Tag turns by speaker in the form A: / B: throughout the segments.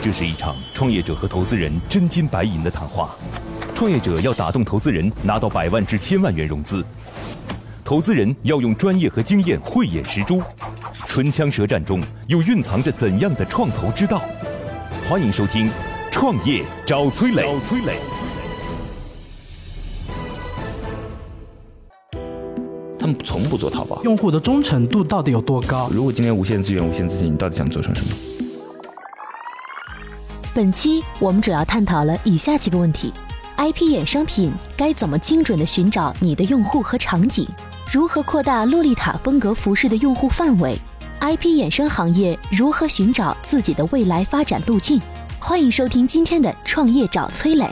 A: 这是一场创业者和投资人真金白银的谈话。创业者要打动投资人，拿到百万至千万元融资；投资人要用专业和经验慧眼识珠。唇枪舌战中，又蕴藏着怎样的创投之道？欢迎收听《创业找崔磊》。
B: 找崔磊。他们从不做淘宝。
C: 用户的忠诚度到底有多高？
B: 如果今天无限资源、无限资金，你到底想做成什么？
D: 本期我们主要探讨了以下几个问题：IP 衍生品该怎么精准的寻找你的用户和场景？如何扩大洛丽塔风格服饰的用户范围？IP 衍生行业如何寻找自己的未来发展路径？欢迎收听今天的《创业找崔磊》。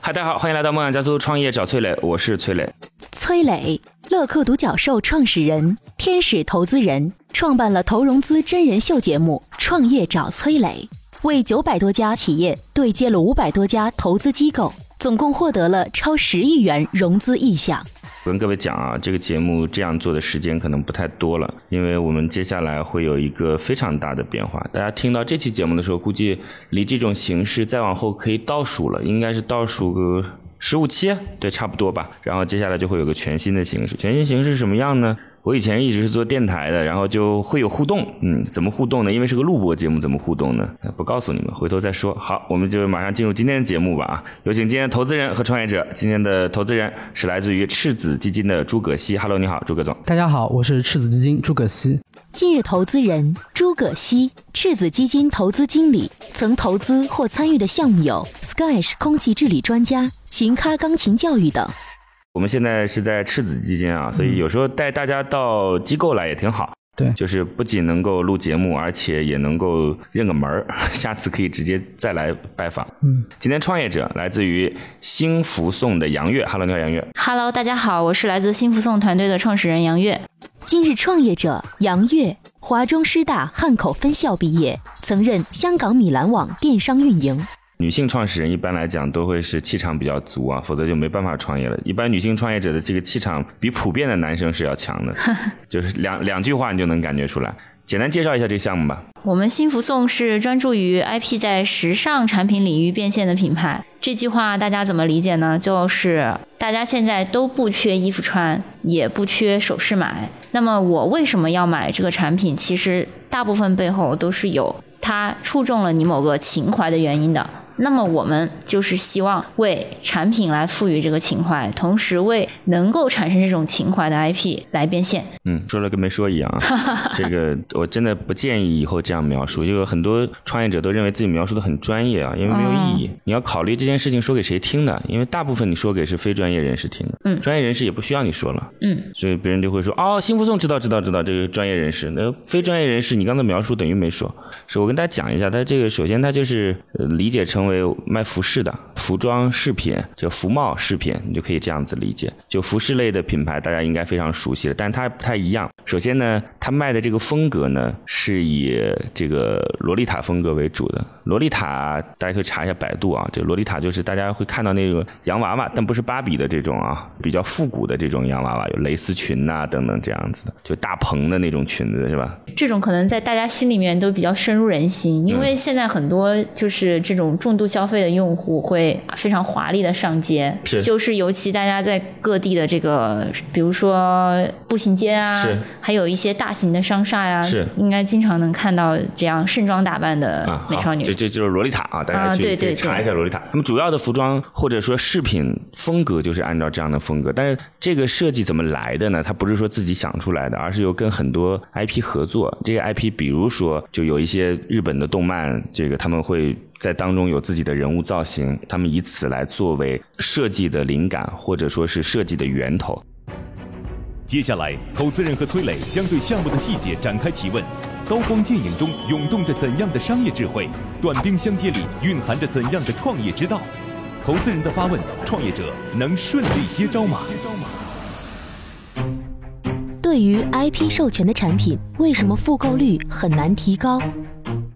B: 嗨，大家好，欢迎来到梦想加速创业找崔磊，我是崔磊。
D: 崔磊，乐客独角兽创始人、天使投资人，创办了投融资真人秀节目《创业找崔磊》，为九百多家企业对接了五百多家投资机构，总共获得了超十亿元融资意向。
B: 我跟各位讲啊，这个节目这样做的时间可能不太多了，因为我们接下来会有一个非常大的变化。大家听到这期节目的时候，估计离这种形式再往后可以倒数了，应该是倒数个十五期，对，差不多吧。然后接下来就会有个全新的形式，全新形式是什么样呢？我以前一直是做电台的，然后就会有互动，嗯，怎么互动呢？因为是个录播节目，怎么互动呢？哎不告诉你们，回头再说。好，我们就马上进入今天的节目吧啊！有请今天的投资人和创业者。今天的投资人是来自于赤子基金的朱葛西。Hello，你好，朱葛总。
C: 大家好，我是赤子基金朱葛西。
D: 近日，投资人朱葛西、赤子基金投资经理曾投资或参与的项目有 Skysh 空气治理专家、琴咖钢琴教育等。
B: 我们现在是在赤子基金啊，所以有时候带大家到机构来也挺好。
C: 嗯对
B: 就是不仅能够录节目，而且也能够认个门儿， 下次可以直接再来拜访。
C: 嗯，
B: 今天创业者来自于新福颂的杨月，Hello，你好，杨月。
E: Hello，大家好，我是来自幸福颂团队的创始人杨月。
D: 今日创业者杨越，华中师大汉口分校毕业，曾任香港米兰网电商运营。
B: 女性创始人一般来讲都会是气场比较足啊，否则就没办法创业了。一般女性创业者的这个气场比普遍的男生是要强的，就是两两句话你就能感觉出来。简单介绍一下这个项目吧。
E: 我们新福颂是专注于 IP 在时尚产品领域变现的品牌。这句话大家怎么理解呢？就是大家现在都不缺衣服穿，也不缺首饰买。那么我为什么要买这个产品？其实大部分背后都是有它触中了你某个情怀的原因的。那么我们就是希望为产品来赋予这个情怀，同时为能够产生这种情怀的 IP 来变现。
B: 嗯，说了跟没说一样啊。这个我真的不建议以后这样描述，就有很多创业者都认为自己描述的很专业啊，因为没有意义。你要考虑这件事情说给谁听的，因为大部分你说给是非专业人士听的，
E: 嗯
B: 专业人士也不需要你说了，
E: 嗯，
B: 所以别人就会说哦，幸福颂知道知道知道，这个专业人士，那非专业人士你刚才描述等于没说。是我跟大家讲一下，它这个首先它就是呃理解成为卖服饰的服装饰品，就服贸饰品，你就可以这样子理解。就服饰类的品牌，大家应该非常熟悉了，但它不太一样。首先呢，它卖的这个风格呢是以这个洛丽塔风格为主的。洛丽塔大家可以查一下百度啊，这个洛丽塔就是大家会看到那个洋娃娃，但不是芭比的这种啊，比较复古的这种洋娃娃，有蕾丝裙呐、等等这样子的，就大棚的那种裙子是吧？
E: 这种可能在大家心里面都比较深入人
B: 嗯
E: 心，因为现在很多就是这种重度消费的用户会非常华丽的上街，
B: 是
E: 就是尤其大家在各地的这个，比如说步行街啊
B: 是，
E: 还有一些大型的商厦呀、
B: 是
E: 应该经常能看到这样盛装打扮的
B: 啊，
E: 美
B: 好
E: 少女。
B: 这这就是洛丽塔啊，大家
E: 啊
B: 去、
E: 对对
B: 去查
E: 对
B: 一下洛丽塔。他们主要的服装或者说饰品风格就是按照这样的风格，但是这个设计怎么来的呢？它不是说自己想出来的，而是有跟很多 IP 合作。这个 IP 比如说就有一些日本的动漫，这个他们会。在当中有自己的人物造型，他们以此来作为设计的灵感，或者说是设计的源头。
A: 接下来，投资人和崔磊将对项目的细节展开提问。刀光剑影中涌动着怎样的商业智慧？短兵相接里蕴含着怎样的创业之道？投资人的发问，创业者能顺利接招吗？
D: 对于 IP 授权的产品，为什么复购率很难提高？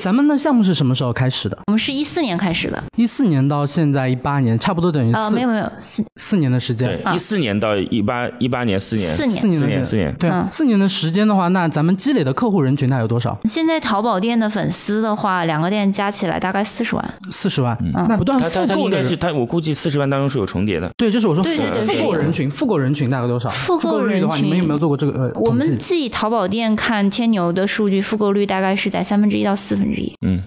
C: 咱们的项目是什么时候开始的？
E: 我们是一四年开始的，
C: 一四年到现在一八年，差不多等于
E: 呃，没
C: 四
E: 有没有四
C: 四年的时
B: 对
C: 间。，
B: 一四年到一八一八年四年，
E: 四年。
C: 年
B: 四
C: 的
B: 年
C: 时
B: 四
C: 间
B: 年
C: 对
E: 嗯，
C: 四年的时间的话，那咱们积累的客户人群大概有多少？
E: 现在淘宝店的粉丝的话，两个店加起来大概四十万。
C: 四十万。
E: 嗯
C: 那不断
B: 嗯他他
C: 复
B: 他
C: 购
B: 应
C: 的
B: 该是
C: 人，
B: 他，我估计四十万当中是有重叠的。
C: 对，就是我说
E: 对对对
C: 复
E: 是
C: 购人群，复购人群大概多少？
E: 复购
C: 购率的话，
E: 人群
C: 你们有没有做过这个呃
E: 我
C: 统
E: 们
C: 计？
E: 自己淘宝店看天牛的数据，复购率大概是在三分之一到四分之一。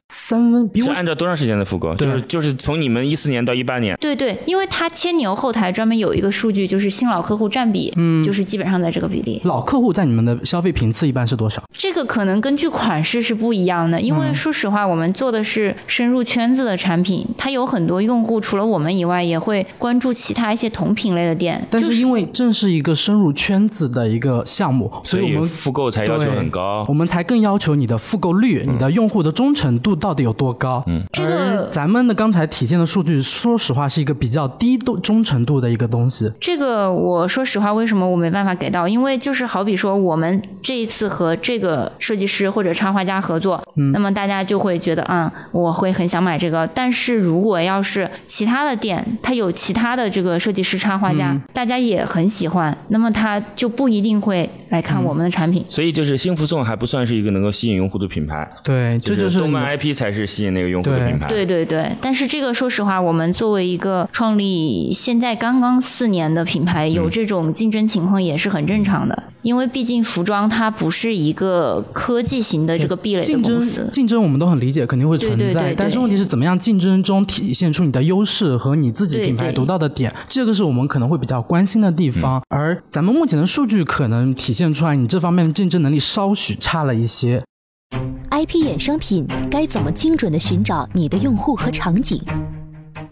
C: 三分比
B: 是啊
C: 我
B: 按照多长时间的复购？
C: 对啊
B: 就是就是从你们一四年到一八年，
E: 对对，因为它千牛后台专门有一个数据，就是新老客户占比，嗯，就是基本上在这个比例。
C: 老客户在你们的消费频次一般是多少？
E: 这个可能根据款式是不一样的，因
C: 嗯
E: 为说实话，我们做的是深入圈子的产品，它有很多用户除了我们以外，也会关注其他一些同品类的店。
C: 但
E: 就是
C: 因为正是一个深入圈子的一个项目，所以我们
B: 复购才要求很高嗯
C: 我。们才更要求你的复购率、你的用户的忠诚度到底有多高。嗯，
E: 这个
C: 咱们的刚才体现的数据，说实话是一个比较低度忠诚度的一个东西。
E: 这个我说实话，为什么我没办法给到？因为就是好比说，我们这一次和这个设计师或者插画家合作，那么大家就会觉得，嗯，我会很想买这个。但是如果要是其他的店，它有其他的这个设计师、插画家，大家也很喜欢，那么他就不一定会来看我们的产品。
B: 所以就是幸福颂还不算是一个能够吸引用户的品牌，
C: 对，这就是
B: 动
C: 你
B: 漫 IP 才是吸引那个用户的
C: 对
B: 品牌。
E: 对对对，但是这个说实话，我们作为一个创立现在刚刚四年的品牌，有这种竞争情况也是很正常的，因为毕竟服装它不是一个科技型的这个壁垒的
C: 竞
E: 公
C: 争
E: 司。
C: 竞争我们都很理解，肯定会存在。
E: 对对对对
C: 但是问题是怎么样竞争中体现出你的优势和你自己
E: 对
C: 品牌
E: 对
C: 独到的点，这个是我们可能会比较关心的地方。
B: 嗯
C: 而咱们目前的数据可能体现出来，你这方面的竞争能力稍许差了一些。
D: IP 衍生品该怎么精准的寻找你的用户和场景？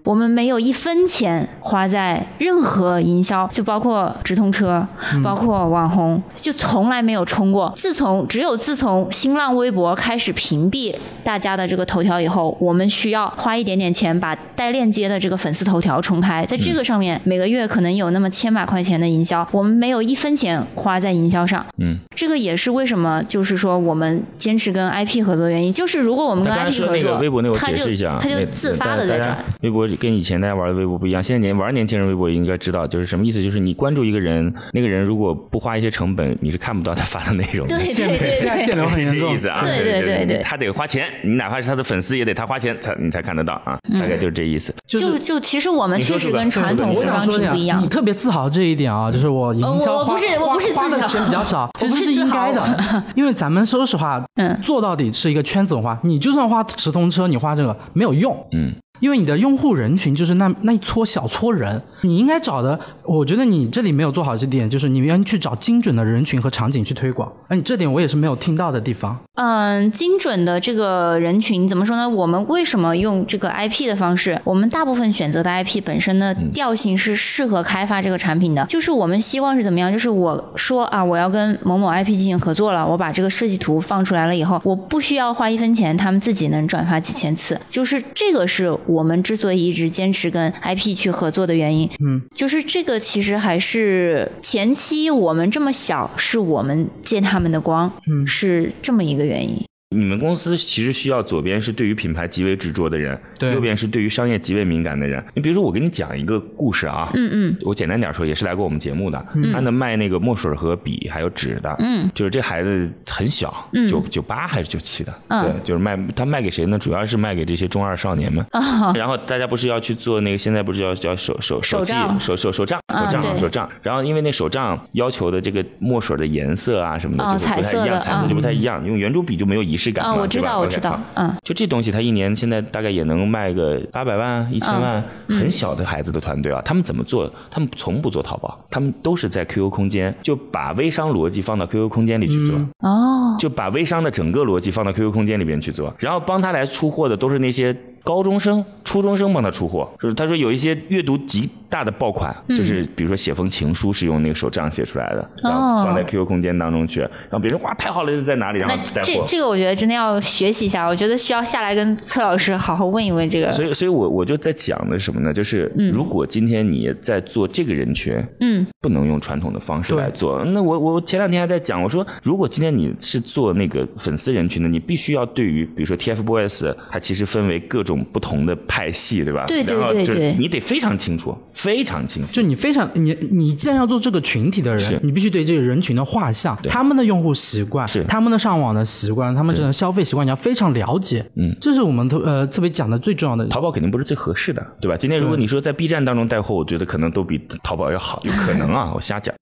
E: 我们没有一分钱花在任何营销，就包括直通车，
B: 嗯
E: 包括网红，就从来没有冲过。自从只有自从新浪微博开始屏蔽大家的这个头条以后，我们需要花一点点钱把带链接的这个粉丝头条重开，在这个上面每个月可能有那么千把块钱的营销，我们没有一分钱花在营销上。
B: 嗯，
E: 这个也是为什么就是说我们坚持跟 IP 合作的原因，就是如果我们跟
B: 那刚才
E: IP
B: 说
E: 合作，
B: 那个微博那，我
E: 他
B: 解
E: 就
B: 释一下啊，
E: 他就
B: 那
E: 自发的
B: 大
E: 在
B: 大
E: 转
B: 家。微博跟以前大家玩的微博不一样，现在年玩年轻人微博应该知道，就是什么意思？就是你关注一个人，那个人如果不花一些成本，哎你是看不到他发的内容的。
E: 对对对对，
C: 现在限流很 严
B: 是这
C: 重
B: 意思，啊，
E: 对
B: 就是
E: 对对对
B: 他得花钱，你哪怕是他的粉丝也得他花钱，他你才看得到啊，
E: 嗯
B: 大概就是这意思。
E: 就
C: 就是。
E: 就其实我们
B: 你说
E: 确
B: 是
E: 实
B: 吧
E: 跟传统服
C: 我想
E: 装
C: 说
E: 挺
C: 这
E: 不一样
C: 你。特别自豪这一点啊，就是我营销
E: 呃我
C: 花
E: 我不是
C: 花
E: 我不是自
C: 花的
E: 豪
C: 钱比较 少，其
E: 我不
C: 实
E: 是
C: 是应
E: 自豪
C: 该的， 因为咱们说实话，
E: 嗯
C: 做到底是一个圈子文化，你就算花直通车，你花这个没有用，
B: 嗯，
C: 因为你的用户人群就是那那一撮小撮人，你应该找的，我觉得你这里没有做好这点，就是你应该去找精准的人群和场景去推广。哎，你这点我也是没有听到的地方。
E: 嗯，精准的这个人群怎么说呢？我们为什么用这个 IP 的方式？我们大部分选择的 IP 本身的
C: 嗯
E: 调性是适合开发这个产品的，就是我们希望是怎么样？就是我说啊，我要跟某某 IP 进行合作了，我把这个设计图放出来了以后，我不需要花一分钱，他们自己能转发几千次。就是这个是我们之所以一直坚持跟 IP 去合作的原因。就是这个，其实还是前期我们这么小，是我们借他们的光，嗯，是这么一个原因。
B: 你们公司其实需要左边是对于品牌极为执着的人，
C: 对
B: 右边是对于商业极为敏感的人。你比如说，我给你讲一个故事啊，嗯嗯，我简单点说，也是来过我们节目的，
E: 嗯
B: 他能卖那个墨水和笔还有纸的，嗯，就是这孩子很小，九九八还是九七的，
E: 嗯
B: 对，就是卖他卖给谁呢？主要是卖给这些中二少 年们。然后大家不是要去做那个，现在不是要叫手手手
E: 啊手
B: 记
E: 账
B: 手手手账
E: 嗯
B: 手账
E: 对
B: 手账，然后因为那手账要求的这个墨水的颜色啊什么的
E: 哦
B: 就不
E: 彩
B: 太
E: 色
B: 一样，
E: 的
B: 彩色就不太一样，用圆珠笔就没有仪式感
E: 啊，
B: 嘛
E: 我知
B: 对吧
E: 道，我知
B: OK，
E: 道
B: 好，
E: 嗯，
B: 就这东西，它一年现在大概也能卖个八百万、一千
E: 嗯
B: 万，很小的孩子的团队啊，他们怎么做？他们从不做淘宝，他们都是在 QQ 空间，就把微商逻辑放到 QQ 空间里去做，
E: 哦，
B: 就把微商的整个逻辑放到 QQ 空间里边去做，然后帮他来出货的都是那些高中生、初中生帮他出货。就是他说有一些阅读极大的爆款，
E: 嗯
B: 就是比如说写封情书是用那个手账写出来的，
E: 哦
B: 然后放在 QQ 空间当中去，然后别人说哇太好了，这是在哪里？然后
E: 那
B: 带
E: 这
B: 货。
E: 这个我觉得真的要学习一下，我觉得需要下来跟崔老师好好问一问这个。
B: 所以，所以我我就在讲的是什么呢？就是如果今天你在做这个人群，
E: 嗯，
B: 不能用传统的方式
C: 对
B: 来做。那我我前两天还在讲，我说如果今天你是做那个粉丝人群的，你必须要对于比如说 TFBOYS，它其实分为各种不同的派系，对吧？
E: 对对
B: 然后
E: 对
B: 就是
E: 对
B: 你得非常清楚，非常清晰。
C: 就你非常你你既然要做这个群体的
B: 是
C: 人，你必须对这个人群的画像、他们的用户习惯、
B: 是
C: 他们的上网的习惯、他们这种消费习惯，你要非常了解。
B: 嗯，
C: 这是我们特呃特别讲的最重要的。
B: 淘宝肯定不是最合适的，对吧？今天如果
C: 对
B: 你说在 B 站当中带货，我觉得可能都比淘宝要好，有可能 啊，我瞎讲。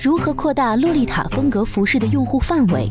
D: 如何扩大洛丽塔风格服饰的用户范围？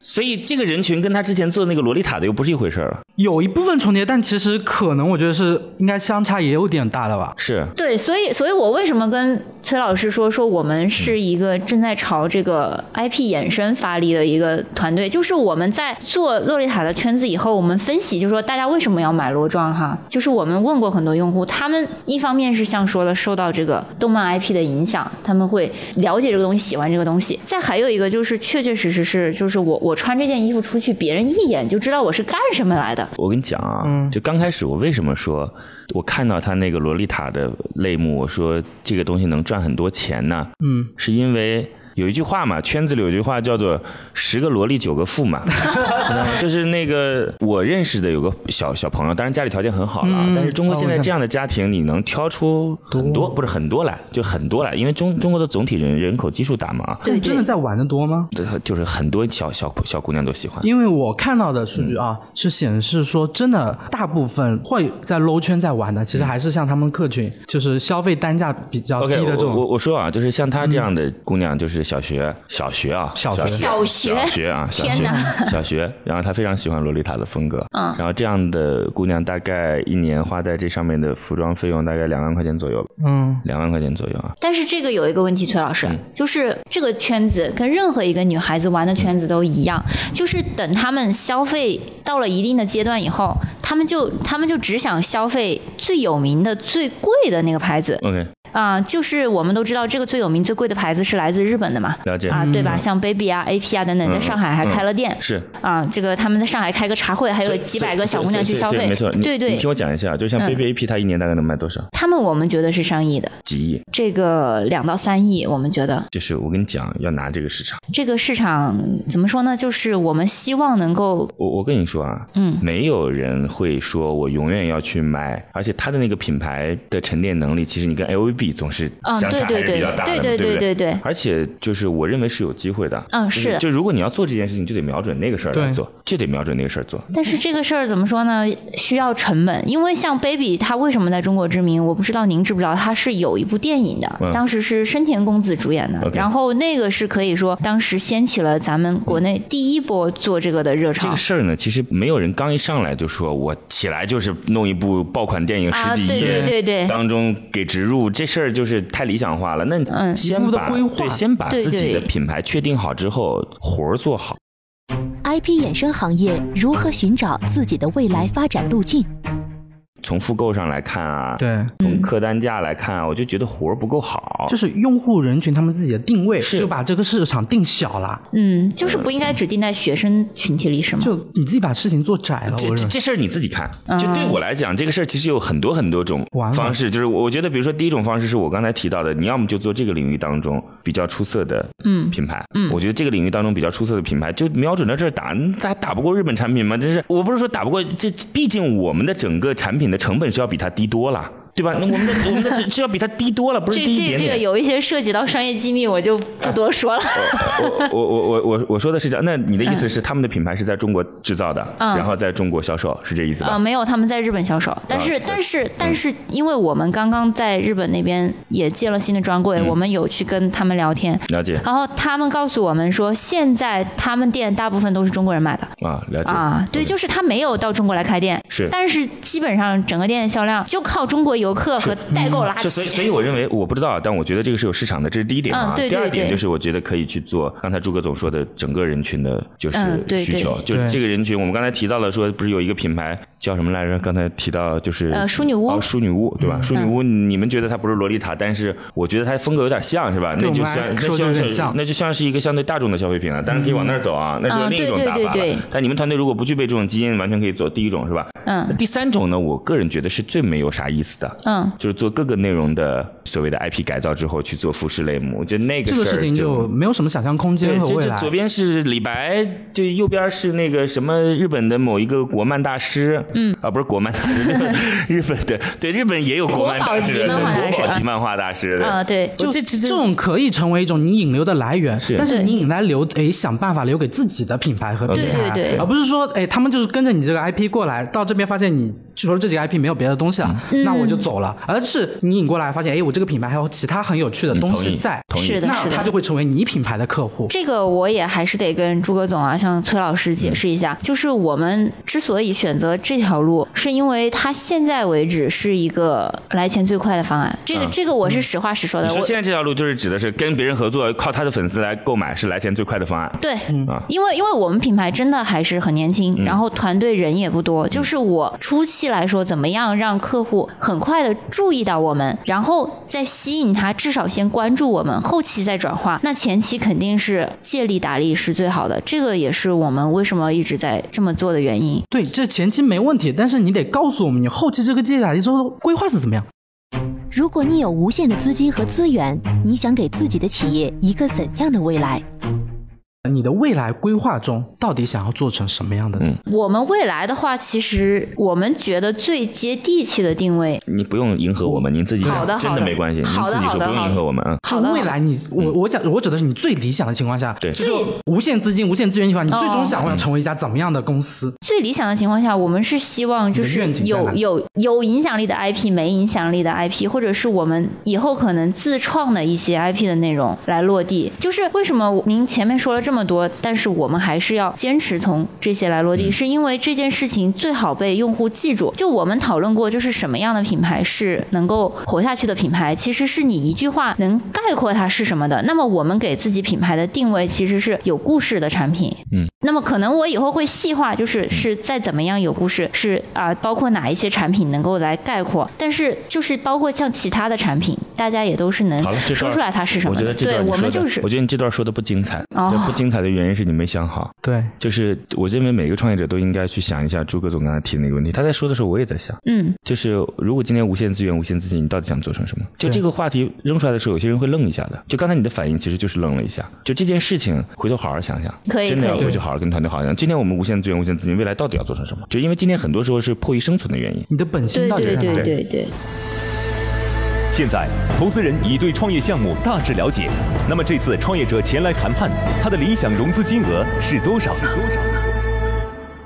B: 所以这个人群跟他之前做那个洛丽塔的又不是一回事儿了，
C: 有一部分重叠，但其实可能我觉得是应该相差也有点大的吧。
B: 是。
E: 对，所以，所以我为什么跟崔老师说，说我们是一个正在朝这个 IP 衍生发力的一个团队，就是我们在做洛丽塔的圈子以后，我们分析，就是说大家为什么要买罗庄哈，就是我们问过很多用户，他们一方面是像说的受到这个动漫 IP 的影响，他们会了解这个东西，喜欢这个东西。再还有一个就是，确确实实是，就是我我穿这件衣服出去，别人一眼就知道我是干什么来的。
B: 我跟你讲啊，就刚开始我为什么说，我看到他那个洛丽塔的类目，我说这个东西能赚很多钱呢？嗯，是因为。有一句话嘛，圈子里有句话叫做“十个萝莉九个富” 嘛，嗯就是那个我认识的有个小小朋友，当然家里条件很好了啊，但是中国现在这样的家庭，你能挑出很多，不是很多来，就很多来，因为中中国的总体人人口基数大嘛啊，
E: 对
C: 真的在玩的多吗？
B: 呃就是很多小小小姑娘都喜欢。
C: 因为我看到的数据
B: 嗯
C: 啊，是显示说，真的大部分会在 low 圈在玩的，其实还是像他们客群，就是消费单价比较低
B: 嗯 OK，
C: 的这
B: 我我
C: 种。
B: 我
C: 嗯
B: 说啊，就是像她这样的姑娘，就是小学小学啊，
C: 小学
E: 小学
B: 学小学啊，小
E: 天
B: 学
E: 哪
B: 小学，然后她非常喜欢洛丽塔的风格，
E: 嗯
B: 然后这样的姑娘大概一年花在这上面的服装费用大概两万块钱左右，
C: 嗯，
B: 两万块钱左右啊，
E: 但是这个有一个问题，崔老师，
B: 嗯
E: 就是这个圈子跟任何一个女孩子玩的圈子都一样，就是等她们消费到了一定的阶段以后，她们就她们就只想消费最有名的、最贵的那个牌子
B: OK，
E: 啊、就是我们都知道这个最有名、最贵的牌子是来自日本的嘛，
B: 了解
E: 啊，对吧？像 Baby 啊、AP 啊等
B: 嗯
E: 等，在上海还开了店。
B: 是。
E: 啊，这个他们在上海开个茶会，还有
B: 所以
E: 几百个小姑娘去消
B: 所以所
E: 费
B: 以没错，，你
E: 对
B: 你
E: 对
B: 听，我讲一下，就像
E: 嗯
B: Baby AP，她一年大概能卖多少？
E: 他们我们觉得是上亿的，
B: 几亿？
E: 这个两到三亿，我们觉得
B: 就是我跟你讲，要拿这个市场。
E: 这个市场怎么说呢？就是我们希望能够，
B: 我我跟你说啊，
E: 嗯，
B: 没有人会说我永远要去买，而且它的那个品牌的沉淀能力，其实你跟 LVB 总是
E: 嗯，
B: 相
E: 对
B: 差还
E: 对
B: 是比
E: 对
B: 较大，的嘛，
E: 对对
B: 不对
E: 对对，
B: 而且就是我认为是有机会的，
E: 嗯
B: 就是
E: 的
B: 就如果你要做这件事情，就得瞄准那个事儿来
C: 对
B: 做，就得瞄准那个事儿做。
E: 但是这个事儿怎么说呢？需要成本，因为像 Baby 他为什么在中国知名，我不知道您知不知道，他是有一部电影的，
B: 嗯
E: 当时是深田恭子主演的
B: OK
E: 然后那个是可以说当时掀起了咱们国内第一波做这个的热
B: 这
E: 潮
B: 个。事儿呢，其实没有人刚一上来就说我起来就是弄一部爆款电影
E: 啊，
B: 十几
E: 对
B: 亿。
E: 对对对，
B: 当中给植入这事儿就是太理想化了，那
E: 嗯
B: 你先
C: 一步的
B: 把、
C: 规划
B: 对，先把
E: 对
B: 自己的
E: 对
B: 品牌确定好之后，活儿做好。
D: IP 衍生行业如何寻找自己的未来发展路径？
B: 从复购上来看啊，，
C: 对，
B: 从客单价来看啊，我就觉得活儿不够好。
C: 就是用户人群他们自己的定位，
B: 是
C: 就把这个市场定小了，
E: 嗯，就是不应该只定在学生群体里，是吗？
C: 就你自己把事情做窄了。
B: 这
C: 我
B: 这
C: 认为
B: 这事儿你自己看，
E: 嗯
B: 就对我来讲，这个事儿其实有很多很多种
C: 玩法
B: 方式。就是我我觉得，比如说第一种方式是我刚才提到的，你要么就做这个领域当中比较出色的
E: 嗯
B: 品牌，嗯，我觉得这个领域当中比较出色的品牌，就瞄准到这儿打，嗯它打不过日本产品吗？真是，我不是说打不过，这毕竟我们的整个产品的成本是要比它低多了。对吧？那我们的我们的这 这要比它低多了，不是
E: 这
B: 低一
E: 这
B: 点
E: 这个
B: 点。
E: 有一些涉及到商业机密，我就不多说了。
B: 我我我我我我说的是这样，那你的意思是他们的品牌是在中国制造的，
E: 哎嗯
B: 然后在中国销售，是这意思
E: 啊、
B: 吧？啊
E: 没有，他们在日本销售，但
B: 对
E: 是、
B: 嗯
E: 但是但是，因为我们刚刚在日本那边也建了新的专
B: 嗯
E: 柜，我们有去跟他们聊天，
B: 了解
E: 然后他们告诉我们说，现在他们店大部分都是中国人买的。
B: 啊，了解
E: 啊，对，就是他没有到中国来开店，
B: 是
E: 但是基本上整个店的销量就靠中国游客和代购拉
B: 这嗯所以，所
E: 起。
B: 以我认为我不知道，但我觉得这个是有市场的，这是第一点啊。
E: 嗯对对
B: 第二点
E: 对
B: 就是，我觉得可以去做刚才朱哥总说的整个人群的，就是
E: 嗯对
B: 需求，
E: 对
B: 就是
C: 对
B: 这个人群。我们刚才提到了说，不是有一个品牌叫什么来着？刚才提到就是
E: 呃淑女屋嗯
B: 哦，淑女屋对
C: 嗯
B: 吧？淑女屋，你们觉得它不是洛丽塔，但是我觉得它风格有点像是吧？那
C: 我
B: 就
C: 们
B: 像
C: 来
B: 那
C: 说就
B: 像
C: 有点
B: 是
C: 像
B: 那就像是一个相对大众的消费品了，但是可以往那儿走啊，那就是
E: 嗯
B: 另一种
E: 对对
B: 打法了。
E: 对对
B: 但你们团队如果不具备这种基因，完全可以走第一种是吧？
E: 嗯
B: 第三种呢，我个人觉得是最没有啥意思的。
E: 嗯，
B: 就是做各个内容的所谓的 IP 改造之后去做服饰类目，就那个
C: 这个
B: 儿
C: 事情就没有什么想象空
B: 对
C: 间，和
B: 就
C: 未
B: 就
C: 来。
B: 左边是李白，就右边是那个什么日本的某一个国漫大师，嗯，啊不是国漫大师，日本的 对日本也有国漫大师，
E: 国宝级漫画
B: 对
E: 大师
B: 国宝级
E: 啊
B: 漫画大师，对
E: 啊，对，
C: 就
B: 这
C: 这
B: 这
C: 这种可以成为一种你引流的来源，
B: 是嗯
C: 但是
E: 对
C: 你引来流得想办法留给自己的品牌和品牌，
E: 对对对
C: 而不是说哎他们就是跟着你这个 IP 过来，到这边发现你除了这几个 IP 没有别的东西了，
B: 嗯
C: 那我就走了，而是你引过来发现哎我这个品牌还有其他很有趣的
B: 嗯
C: 东
B: 同
C: 西
B: 意
C: 在，
B: 同意
E: 是的，
C: 那
E: 是的
C: 他就。会成为你品牌的客户。
E: 这个我也还是得跟朱葛总啊，向崔老师解释一
B: 嗯
E: 下，就是我们之所以选择这条路，是因为它现在为止是一个来钱最快的方案。这个、
B: 嗯
E: 这个我是实话实说的，
B: 你说
E: 我
B: 现在这条路就是指的是跟别人合作，靠他的粉丝来购买是来钱最快的方案。
E: 对，
B: 啊
E: 因为因为我们品牌真的还是很年
C: 嗯
E: 轻，然后团队人也不多，就是我初期来说，怎么样让客户很快的注意到我们，然后再吸引他至少先关注我们，后期再转化。那前期肯定是借力打力是最好的，这个也是我们为什么一直在这么做的原因。
C: 对，这前期没问题，但是你得告诉我们你后期这个借打力之后的规划是怎么样。
D: 如果你有无限的资金和资源，你想给自己的企业一个怎样的未来？
C: 你的未来规划中到底想要做成什么样的？
B: 嗯
E: 我们未来的话，其实我们觉得最接地气的定位，
B: 你不用迎合我们，您自己想
E: 好的
B: 真的
E: 好的
B: 没关系，您
E: 好的
B: 自己说
E: 好的
B: 不用迎合我们啊。
E: 好
C: 就
E: 的
C: 未来你我我讲我指的是你最理想的情况下，
B: 对
C: 就是无限资金、无限资源情况下，你
E: 哦
C: 最终想要成为一家怎么样的公司？
E: 最理想的情况下，我们是希望就是
C: 你的愿景在
E: 有
C: 哪
E: 有有影响力的 IP，没影响力的 IP，或者是我们以后可能自创的一些 IP 的内容来落地。就是为什么您前面说了这么多，但是我们还是要坚持从这些来落
C: 嗯
E: 地，是因为这件事情最好被用户记住。就我们讨论过，就是什么样的品牌是能够活下去的品牌，其实是你一句话能概括它是什么的。那么我们给自己品牌的定位其实是有故事的产品，那么可能我以后会细化，
B: 嗯
E: 就是是再怎么样有故事，是啊、包括哪一些产品能够来概括，但是就是包括像其他的产品，大家也都是能
B: 好了，这
E: 说出来它是什么
B: 我觉得这
E: 对
B: 段你
E: 我
B: 说
E: 们
B: 的
E: 就是
B: 我觉得你这段说的不精彩。
E: 哦
B: 不精彩的原因是你没想好。
C: 对，
B: 就是我认为每个创业者都应该去想一下朱葛总刚才提的那个问题。他在说的时候，我也在想，
E: 嗯，
B: 就是如果今天无限资源、无限资金，你到底想做成什么？就这个话题扔出来的时候，有些人会愣一下的。就刚才你的反应其实就是愣了一下。就这件事情，回头好好想想，
E: 可以
B: 真的要
E: 可以
B: 回去好好跟团队好好想。今天我们无限资源、无限资金，未来到底要做成什么？就因为今天很多时候是迫于生存的原因。
C: 你的本
E: 对
C: 心到底
E: 对
C: 在哪里？
E: 对对对。
A: 现在，投资人已对创业项目大致了解。那么这次创业者前来谈判，他的理想融资金额是多少？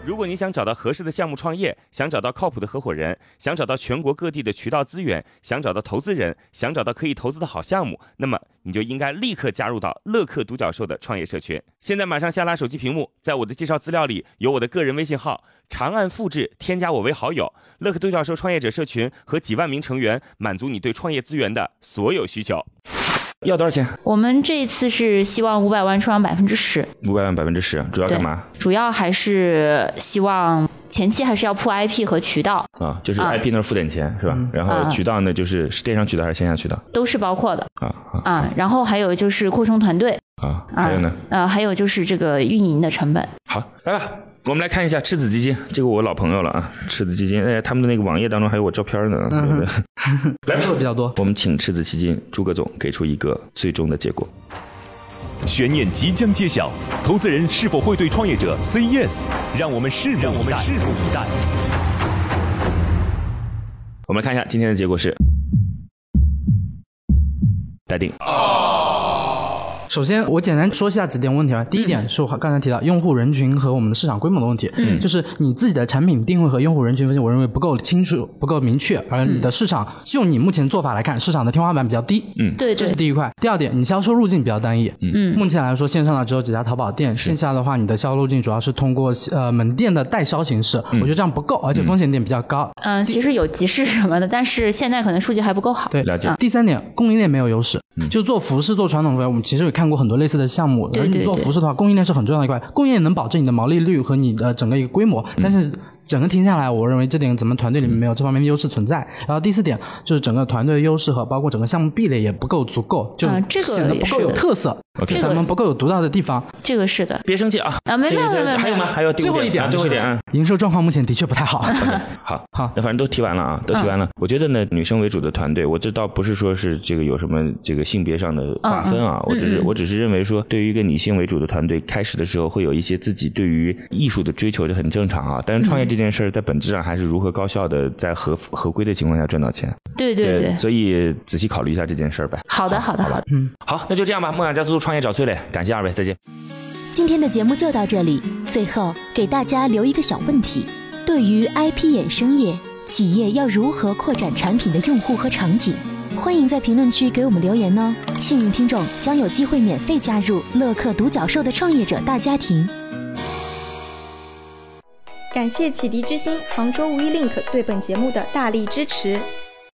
F: 如果你想找到合适的项目创业，想找到靠谱的合伙人，想找到全国各地的渠道资源，想找到投资人，想找到可以投资的好项目，那么你就应该立刻加入到乐客独角兽的创业社群。现在马上下拉手机屏幕，在我的介绍资料里有我的个人微信号，长按复制，添加我为好友。乐客独角兽创业者社群和几万名成员，满足你对创业资源的所有需求。
B: 要多少钱？
E: 我们这次是希望五百万创百分之十，
B: 五百万百分之十，主要
E: 对
B: 干嘛？
E: 主要还是希望前期还是要铺 IP 和渠道，
B: 啊，嗯就是
E: 啊
B: IP 那儿付点钱、是吧？然后
E: 啊
B: 渠道呢，就是是电商渠道还是线下渠道？
E: 都是包括的
B: 啊啊
E: 啊。然后还有就是扩充团队，
B: 啊！
E: 啊
B: 还有呢？
E: 呃，还有就是这个运营的成本。
B: 好，来吧，我们来看一下赤子基金，这个我老朋友了啊。赤子基金，哎，他们的那个网页当中还有我照片呢。对不对
C: 来做的比较多。
B: 我们请赤子基金朱葛总给出一个最终的结果。
A: 悬念即将揭晓，投资人是否会对创业者 say yes？让我们拭目以待。
B: 我们来看一下今天的结果是，待定。
C: 首先，我简单说一下几点问题啊。第一点是我刚才提到用户人群和我们的市场规模的问题，嗯，就是你自己的产品定位和用户人群分析，我认为不够清楚、不够明确，而你的市场、就你目前做法来看，市场的天花板比较低，
E: 对
C: 这
E: 对
C: 是第一块。第二点，你销售路径比较单一，嗯，目前来说，线上的只有几家淘宝店，线下的话，你的销售路径主要是通过呃门店的代销形式，我觉得这样不够，而且风险点比较高。
E: 嗯，其实有集市什么的，但是现在可能数据还不够好。
C: 对，啊
B: 了解嗯
C: 第三点，供应链没有优势，就做服饰、做传统服，我们其实也看过很多类似的项目。
E: 对
C: 而你
E: 对
C: 做
E: 对
C: 服饰的话，供应链是很重要的一块，供应链能保证你的毛利率和你的整个一个规模，
B: 嗯
C: 但是。整个听下来，我认为这点咱们团队里面没有这方面的优势存在。然后第四点就是整个团队的优势和包括整个项目壁垒也不够足够，就
E: 啊这个
C: 显得
E: 也
C: 不
E: 是
C: 够有
E: 的
C: 特色，
E: 这个
C: 咱们不够有独到的地方。
E: 这个是的
B: 别生气啊！
E: 啊，没
B: 这
E: 没
B: 个这
E: 有没有没
B: 个
E: 有，
B: 还有吗？？还有第
C: 最
B: 五
C: 后一点
B: 啊
C: 啊
B: 最后一点，
C: 就
B: 嗯
C: 是，营收状况目前的确不太好。
B: 好。
C: 好，
B: 那反正都提完了
E: 嗯
B: 啊，都提完了。我觉得呢，女生为主的团队，我这倒不是说是这个有什么这个性别上的划分
E: 嗯
B: 啊，我只是我只是认为说，对于一个女性为主的团队，开始的时候会有一些自己对于艺术的追求，这很正常啊。但是创业这件事儿，在本质上还是如何高效的在合合规的情况下赚到钱。
E: 对对对，
B: 所以仔细考虑一下这件事儿呗。
E: 好的好的好的，
B: 好，那就这样吧，梦想加速度，创业找崔磊，感谢二位，再见。
D: 今天的节目就到这里，最后给大家留一个小问题：对于 IP 衍生业，企业要如何扩展产品的用户和场景？欢迎在评论区给我们留言哦，幸运听众将有机会免费加入乐客独角兽的创业者大家庭。
G: 感谢启迪之星、杭州无一 link 对本节目的大力支持。